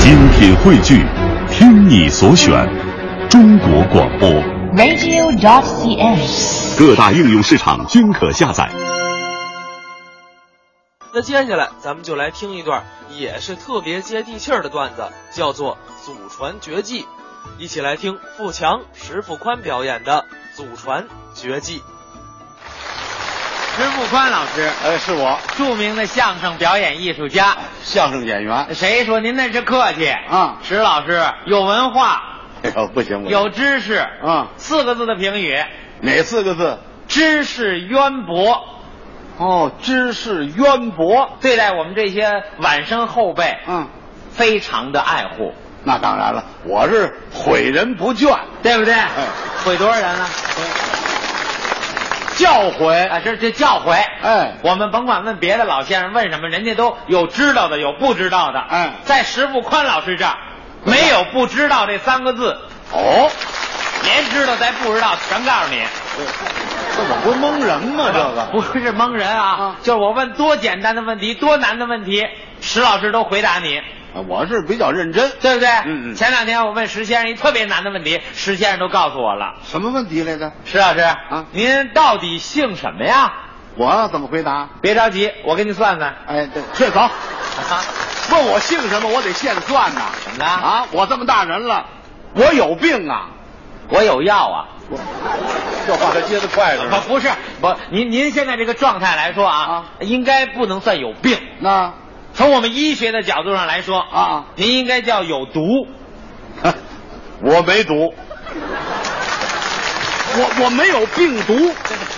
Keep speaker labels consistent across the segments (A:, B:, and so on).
A: 精品汇聚，听你所选，中国广播。
B: radio.cn。
A: 各大应用市场均可下载。
C: 那接下来咱们就来听一段也是特别接地气儿的段子，叫做《祖传绝技》，一起来听富强、石富宽表演的《祖传绝技》。
D: 石富宽老师，
E: 哎，是我，
D: 著名的相声表演艺术家。
E: 相声演员。
D: 谁说您那是客气
E: 啊
D: 石老师有文化，
E: 哎呦，不行不行。
D: 有知识
E: 啊
D: 四个字的评语：
E: 哪四个字？
D: 知识渊博。
E: 哦，知识渊博。
D: 对待我们这些晚生后辈，
E: 嗯，
D: 非常的爱护，
E: 那当然了，我是毁人不倦，
D: 对不对？
E: 哎嗯
D: 毁多少人了？
E: 教诲。
D: 啊，这这教诲。
E: 哎
D: 我们甭管问别的老先生问什么，人家都有知道的，有不知道的。
E: 哎
D: 在石富宽老师这儿，没有不知道这三个字，
E: 哦，
D: 连知道带不知道全告诉你。
E: 这我不是蒙人吗？这个
D: 哎不是蒙人啊，
E: 啊
D: 就是我问多简单的问题，多难的问题，石老师都回答你，
E: 啊我是比较认真。
D: 对不对？
E: 嗯嗯
D: 前两天我问石先生一特别难的问题，石先生都告诉我了。
E: 什么问题来着？
D: 石老师
E: 啊
D: 您到底姓什么呀？
E: 我怎么回答？
D: 别着急，我给你算算。
E: 哎，对，确凿。
D: 啊
E: 问我姓什么，我得现算呐。
D: 怎么了
E: 啊，我这么大人了，我有病啊！
D: 我有药啊。
E: 我这话他接的快
D: 不，啊不是，不，您您现在这个状态来说啊，
E: 啊
D: 应该不能算有病。
E: 那
D: 从我们医学的角度上来说
E: 啊
D: 您应该叫有毒。
E: 我没毒，我我没有病毒。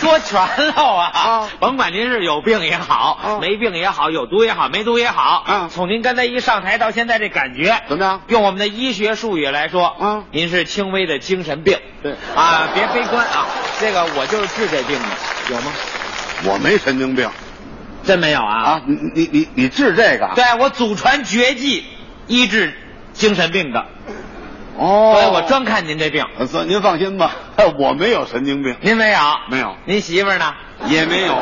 D: 说全了啊！
E: 啊
D: 甭管您是有病也好，
E: 啊
D: 没病也好，有毒也好，没毒也好，
E: 啊
D: 从您刚才一上台到现在这感觉
E: 怎么样
D: 用我们的医学术语来说，
E: 啊
D: 您是轻微的精神病。
E: 对
D: 啊，别悲观啊，这个我就是治这病的，有吗？
E: 我没神经病
D: 真没有啊？
E: 啊！你你你你治这个啊？
D: 对我祖传绝技，医治精神病的，
E: 哦
D: 所以我专看您这病。
E: 呃所以您放心吧， 我没有神经病，
D: 您没有？
E: 没有
D: 您媳妇儿呢？
E: 也没有。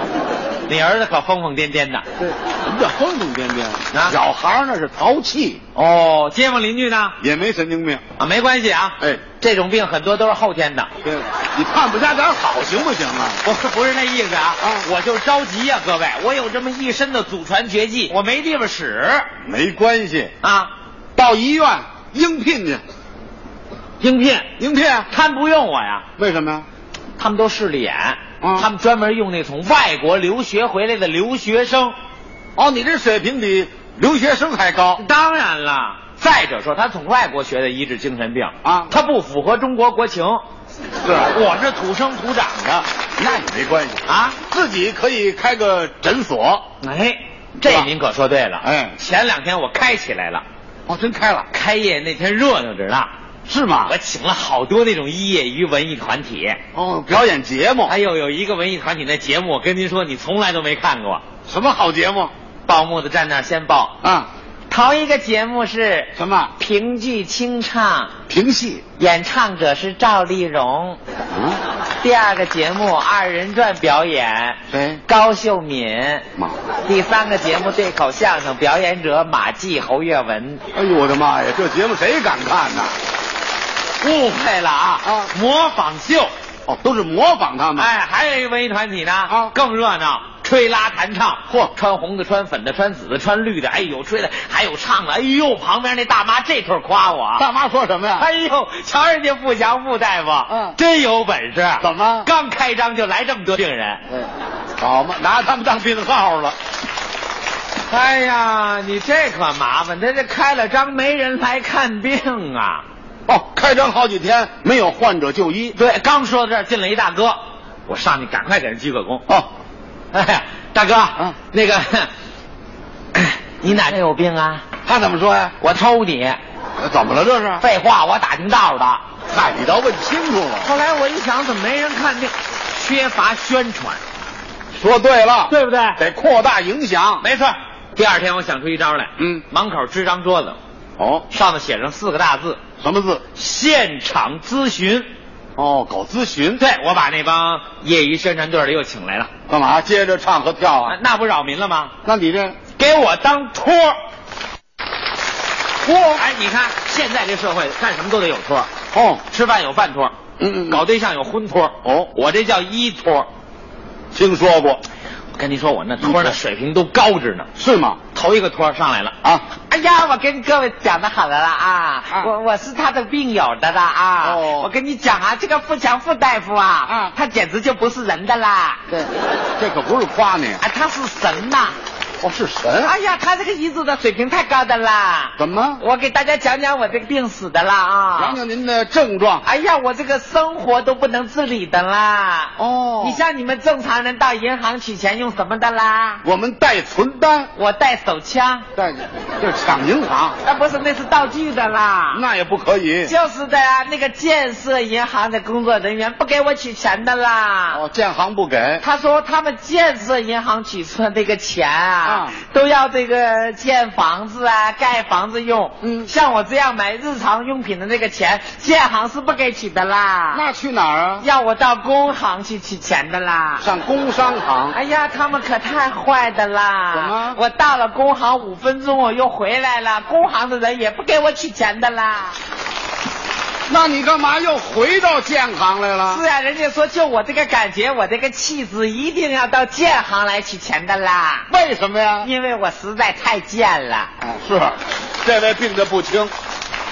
D: 你儿子可疯疯癫癫的。
E: 对，什么叫疯疯癫癫
D: 啊
E: 小孩儿那是淘气，
D: 哦，街坊邻居呢？
E: 也没神经病。
D: 啊，没关系啊。
E: 哎哦
D: 这种病很多都是后天的。
E: 对，你看不加点好行不行啊？
D: 不是不是那意思啊，
E: 啊
D: 我就着急呀、各位，我有这么一身的祖传绝
E: 哦
D: 技，我没地方使
E: 没关系，
D: 啊。
E: 到医院应聘去，
D: 应聘，
E: 应聘。啊
D: 他们不用我呀，
E: 为什么呀？
D: 他们都势利眼，
E: 嗯
D: 他们专门用那从外国留学回来的留学生。
E: 哦，你这水平比留学生还高。
D: 哦当然了，再者说，他从外国学的医治精神病
E: 啊
D: 他不符合中国国情。
E: 是
D: 我是土生土长的
E: 那也没关系，
D: 啊。
E: 自己可以开个诊所。
D: 哎，这您可说对了。
E: 哎
D: 前两天我开起来了，
E: 哦，真开了，
D: 开业那天热闹着呢，
E: 是吗
D: 我？请了好多那种业余文艺团体。
E: 哦，表演节目，
D: 哎呦，有一个文艺团体那节目，我跟您说，你从来都没看过。
E: 什么好节目
D: 报幕的站那儿先报，
E: 啊？
D: 头一个节目是
E: 什么
D: 评剧清唱，
E: 评戏？
D: 演唱者是赵丽蓉。
E: 啊，
D: 第二个节目二人转表演，
E: 谁
D: 高秀敏。
E: 妈
D: 第三个节目对口相声，表演者马季、侯月文。
E: 哎呦我的妈呀，这节目谁敢看呐？
D: 误会了啊！
E: 啊
D: 模仿秀。
E: 哦，都是模仿他们。
D: 哎，还有一文艺团体呢，
E: 啊
D: 更热闹，吹拉弹唱，
E: 嚯
D: 穿红的，穿粉的，穿紫的，穿绿的，哎呦，吹的，还有唱的，哎呦，旁边那大妈这腿夸我，
E: 大妈说什么呀？
D: 哎呦，瞧人家富强富大夫，
E: 嗯
D: 真有本事，啊
E: 怎么
D: 刚开张就来这么多病人？
E: 哎，好嘛，拿他们当病号了。
D: 哎呀，你这可麻烦，他这开了张没人来看病啊。
E: 哦，开张好几天没有患者就医。
D: 对，刚说到这儿进来一大哥，我上去赶快给人鞠个躬，
E: 哦，
D: 哎呀，大哥，
E: 嗯
D: 那个， 你哪天有病啊？
E: 他怎么说呀？
D: 我抽你！
E: 呃怎么了这是？
D: 废话，我打听道儿的。
E: 嗨，你倒问清楚了。
D: 后来我一想，怎么没人看病？缺乏宣传，
E: 说对了，
D: 对不对？
E: 得扩大影响。
D: 没错。第二天我想出一招来，
E: 嗯
D: 门口支张桌子，
E: 哦，
D: 上头写上四个大字
E: 什么字？
D: “现场咨询
E: 哦，搞咨”询。
D: 对。我把那帮业余宣传队的又请来了，
E: 干嘛？接着唱和跳
D: 啊
E: 啊？
D: 那不扰民了吗？
E: 那你这
D: 给我当托儿。
E: 托。
D: 哎，你看现在这社会干什么都得有托，
E: 哦，
D: 吃饭有饭托，
E: 嗯嗯嗯
D: 搞对象有婚托。
E: 哦
D: 我这叫依托。
E: 听说过，
D: 我跟你说，我那托的水平都高着呢。
E: 是吗？
D: 头一个托上来了
E: 啊，
B: 哎呀，我跟各位讲的好了啦啊，
E: 啊
B: 我我是他的病友的啦啊，
E: 哦
B: 我跟你讲啊，这个富强富大夫啊，
E: 啊
B: 他简直就不是人的啦，
E: 这这可不是夸你，
B: 啊，他是神呐、
E: 哦，是神
B: 哎呀，他这个医治的水平太高的啦，
E: 怎么？
B: 我给大家讲讲我这个病史的啦
E: 讲
B: 啊，
E: 讲您的症状。
B: 哎呀，我这个生活都不能自理的啦，
E: 哦
B: 你像你们正常人到银行取钱用什么的啦？
E: 我们带存单，
B: 我带手枪，
E: 带就抢银行，
B: 啊不是，那是道具的啦。
E: 那也不可以。
B: 就是的呀、那个建设银行的工作人员不给我取钱的啦。
E: 哦，建行不给。
B: 他说他们建设银行取出的这个钱啊，
E: 啊
B: 都要这个建房子啊、盖房子用。
E: 嗯
B: 像我这样买日常用品的那个钱，建行是不给取的啦。
E: 那去哪儿啊？
B: 要我到工行去取钱的啦。
E: 上工商行。
B: 哎呀，他们可太坏的啦！
E: 怎么
B: 我到了工行五分钟，我又回来了，工行的人也不给我取钱的啦。
E: 那你干嘛又回到建行来了？
B: 是啊，人家说就我这个感觉，我这个气质，一定要到建行来取钱的啦，
E: 为什么呀？
B: 因为我实在太贱了。
E: 哦，是，这位病得不轻。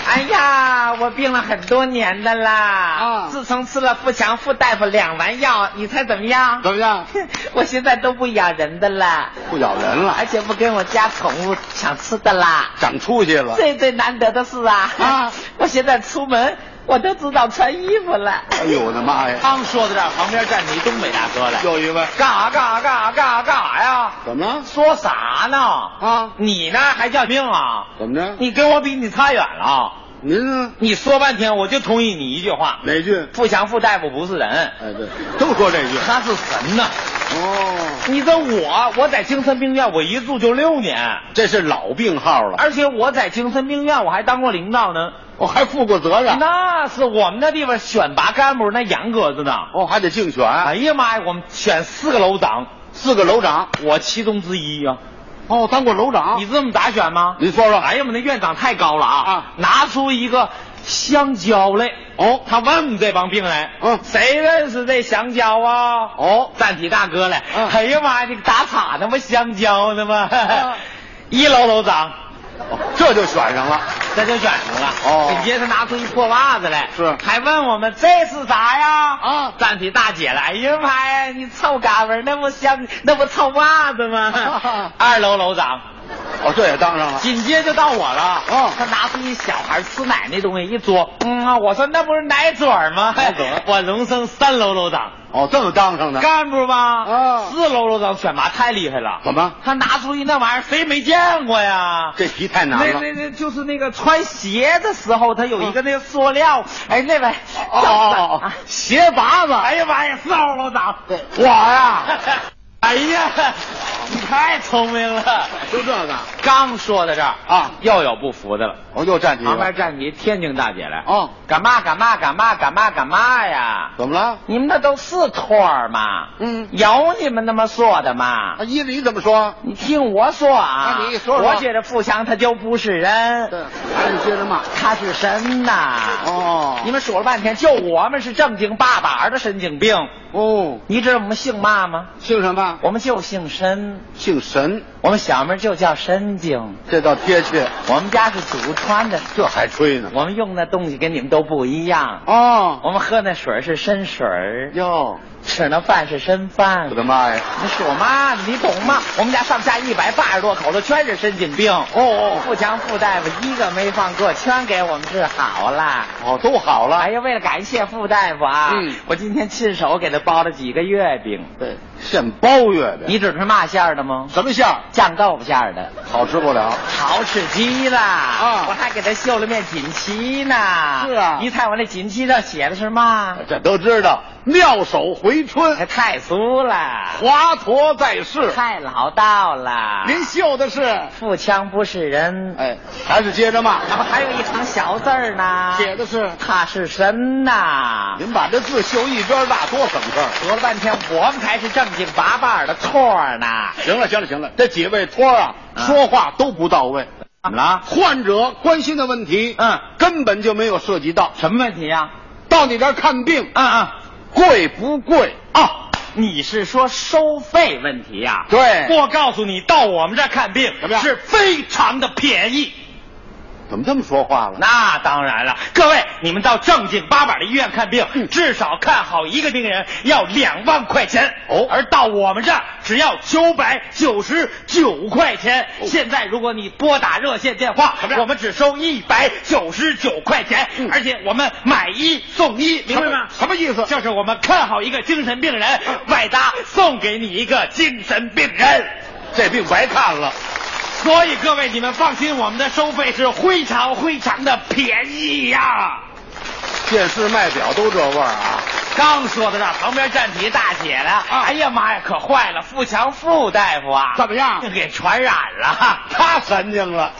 B: 哎呀，我病了很多年的啦，
E: 啊
B: 自从吃了富强富大夫两丸药，你猜怎么样？
E: 怎么样？
B: 我现在都不咬人的啦，
E: 不咬人了，
B: 而且不跟我家宠物抢吃的啦。
D: 啊
E: 长出息了。
B: 最最难得的是啊，
E: 啊
B: 我现在出门我都知道穿衣服了。
E: 哎呦我的妈呀！
D: 刚说到这儿，旁边站着一东北大哥来，
E: 又一位，
D: 干啥干啥干啥干啥干啥呀？
E: 怎么了？
D: 说啥呢？
E: 啊？
D: 你呢还叫病啊？
E: 怎么着？
D: 你跟我比，你差远了。
E: 您呢？
D: 你说半天，我就同意你一句话：
E: 哪句？
D: 富强富大夫不是人，
E: 哎，对，都说这句。
D: 他是神呐。
E: 哦，
D: 你这我，我在精神病院，我一住就六年，
E: 这是老病号了，
D: 而且我在精神病院我还当过领导呢。
E: 我还负过责任。
D: 那是我们那地方选拔干部那严格着呢。
E: 哦，还得竞选，
D: 哎呀妈呀，我们选四个楼长，
E: 四个楼长。
D: 我其中之一呀、
E: 哦，当过楼长。
D: 你这么咋选吗？
E: 您说说。
D: 哎呀，我们那院长太高了啊！
E: 啊
D: 拿出一个香蕉来，
E: 哦
D: 他问我们这帮病人，
E: 嗯
D: 谁认识这香蕉啊？
E: 哦，
D: 站起大哥来，
E: 嗯
D: 哎呀妈呀，你打岔那不香蕉呢吗？
E: 啊
D: 一楼楼长，
E: 哦这就选上了。
D: 这就选上了。
E: 哦
D: 紧接着拿出一破袜子来，
E: 是
D: 还问我们这是啥呀？
E: 啊
D: 站起大姐来，哎呀妈呀，你臭嘎巴，那不香，那不臭袜子吗？ 二楼楼长，
E: 哦，这也当上了。
D: 啊紧接着到我了，
E: 哦
D: 他拿出一小孩吃奶那东西一嘬，嗯啊，我说那不是奶嘴儿吗？
E: 奶嘴儿
D: 我荣升三楼楼长，
E: 哦，这么当上的。
D: 干部吧，
E: 哦
D: 四楼楼长选拔太厉害了，
E: 怎么
D: 他拿出一那玩意儿，谁没见过呀？
E: 这题太
D: 那
E: 难了
D: 那。那就是那个穿鞋的时候，他有一个那个塑料，哎，那边
E: 哦哦哦，
D: 鞋拔子，哎呀妈呀，四号楼长，
E: 对我呀，
D: 哎呀，你太聪明了。
E: 就这个。
D: 刚说到这儿
E: 啊
D: 又有不服的了。
E: 哦，又站起
D: 旁边
E: 来了。
D: 站起一天津大姐来，
E: 哦，
D: 干嘛干嘛干嘛干嘛干嘛呀？
E: 怎么了？
D: 你们那都是托儿吗？
E: 嗯
D: 有你们那么说的吗
E: 啊，？依着你怎么说？
D: 你听我说啊，
E: 那你说说
D: 我觉得富强他就不是人，
E: 对，还是接着骂。
D: 他是神呐！
E: 哦
D: 你们数了半天，就我们是正经八板的神经病。
E: 哦，
D: 你知道我们姓嘛吗？
E: 姓什么？
D: 我们就姓申，
E: 姓神，
D: 我们小名就叫申经。
E: 这倒贴切。
D: 我们家是祖传的，
E: 这还吹呢？
D: 我们用的东西跟你们都不一样。
E: 哦，
D: 我们喝那水是参水儿，
E: 哟，
D: 吃那饭是参饭
E: 我。的妈呀！
D: 你说嘛？你懂吗？我们家上下一百八十多口子全是神经病。
E: 哦哦
B: 富强富大夫一个没放过，全给我们治好了。
E: 哦，都好了。
B: 哎呀，为了感谢傅大夫啊，
E: 嗯
B: 我今天亲手给他包了几个月饼。
E: 对，现包月饼。
B: 你只吃嘛馅儿的吗？
E: 什么馅儿？
B: 酱豆腐馅儿的，
E: 好吃不了。
B: 好吃极了。
E: 啊
B: 我还给他绣了面锦旗呢。
E: 是啊呃
B: 你猜我那锦旗上写的是嘛？
E: 这都知道。妙手回 春，
B: 哎太俗了，
E: 华佗在世。
B: 太老道了。
E: 您绣的是？
B: 腹腔不是人，
E: 哎，还是接着骂。
B: 然后还有一行小字儿呢，
E: 写的是？
B: 他是神呐。
E: 您把这字绣一边儿大，多省事儿。
B: 说了半天，我们才是正经八百的错儿呢。
D: 嗯
E: 行了，行了，行了，这几位托儿啊，说话都不到位。怎么了？患者关心的问题，
F: 嗯
E: 根本就没有涉及到。
F: 什么问题呀、
E: 到你这儿看病，
F: 嗯嗯，
E: 贵不贵
D: 哦
E: 啊？
F: 你是说收费问题呀、
E: 对，
D: 我告诉你，到我们这儿看病
E: 怎么样
D: 是非常的便宜。
E: 怎么这么说话了？
D: 那当然了，各位，你们到正经八百的医院看病，
E: 嗯
D: 至少看好一个病人要两万块钱
E: 哦
D: 而到我们这儿只要九百九十九块钱。
E: 哦
D: 现在如果你拨打热线电话，我们只收一百九十九块钱，
E: 嗯
D: 而且我们买一送一，明白吗？
E: 什么意思？
D: 就是我们看好一个精神病
E: 啊
D: 人，外搭送给你一个精神病人。
E: 这病白看了。
D: 所以各位，你们放心，我们的收费是非常非常的便宜呀、
E: 电视卖表都这味儿啊！
D: 刚说到这儿，旁边站起一大姐来，哎呀妈呀，可坏了！富强富大夫啊，
E: 怎么样
D: 给传染了。
E: 他神经了。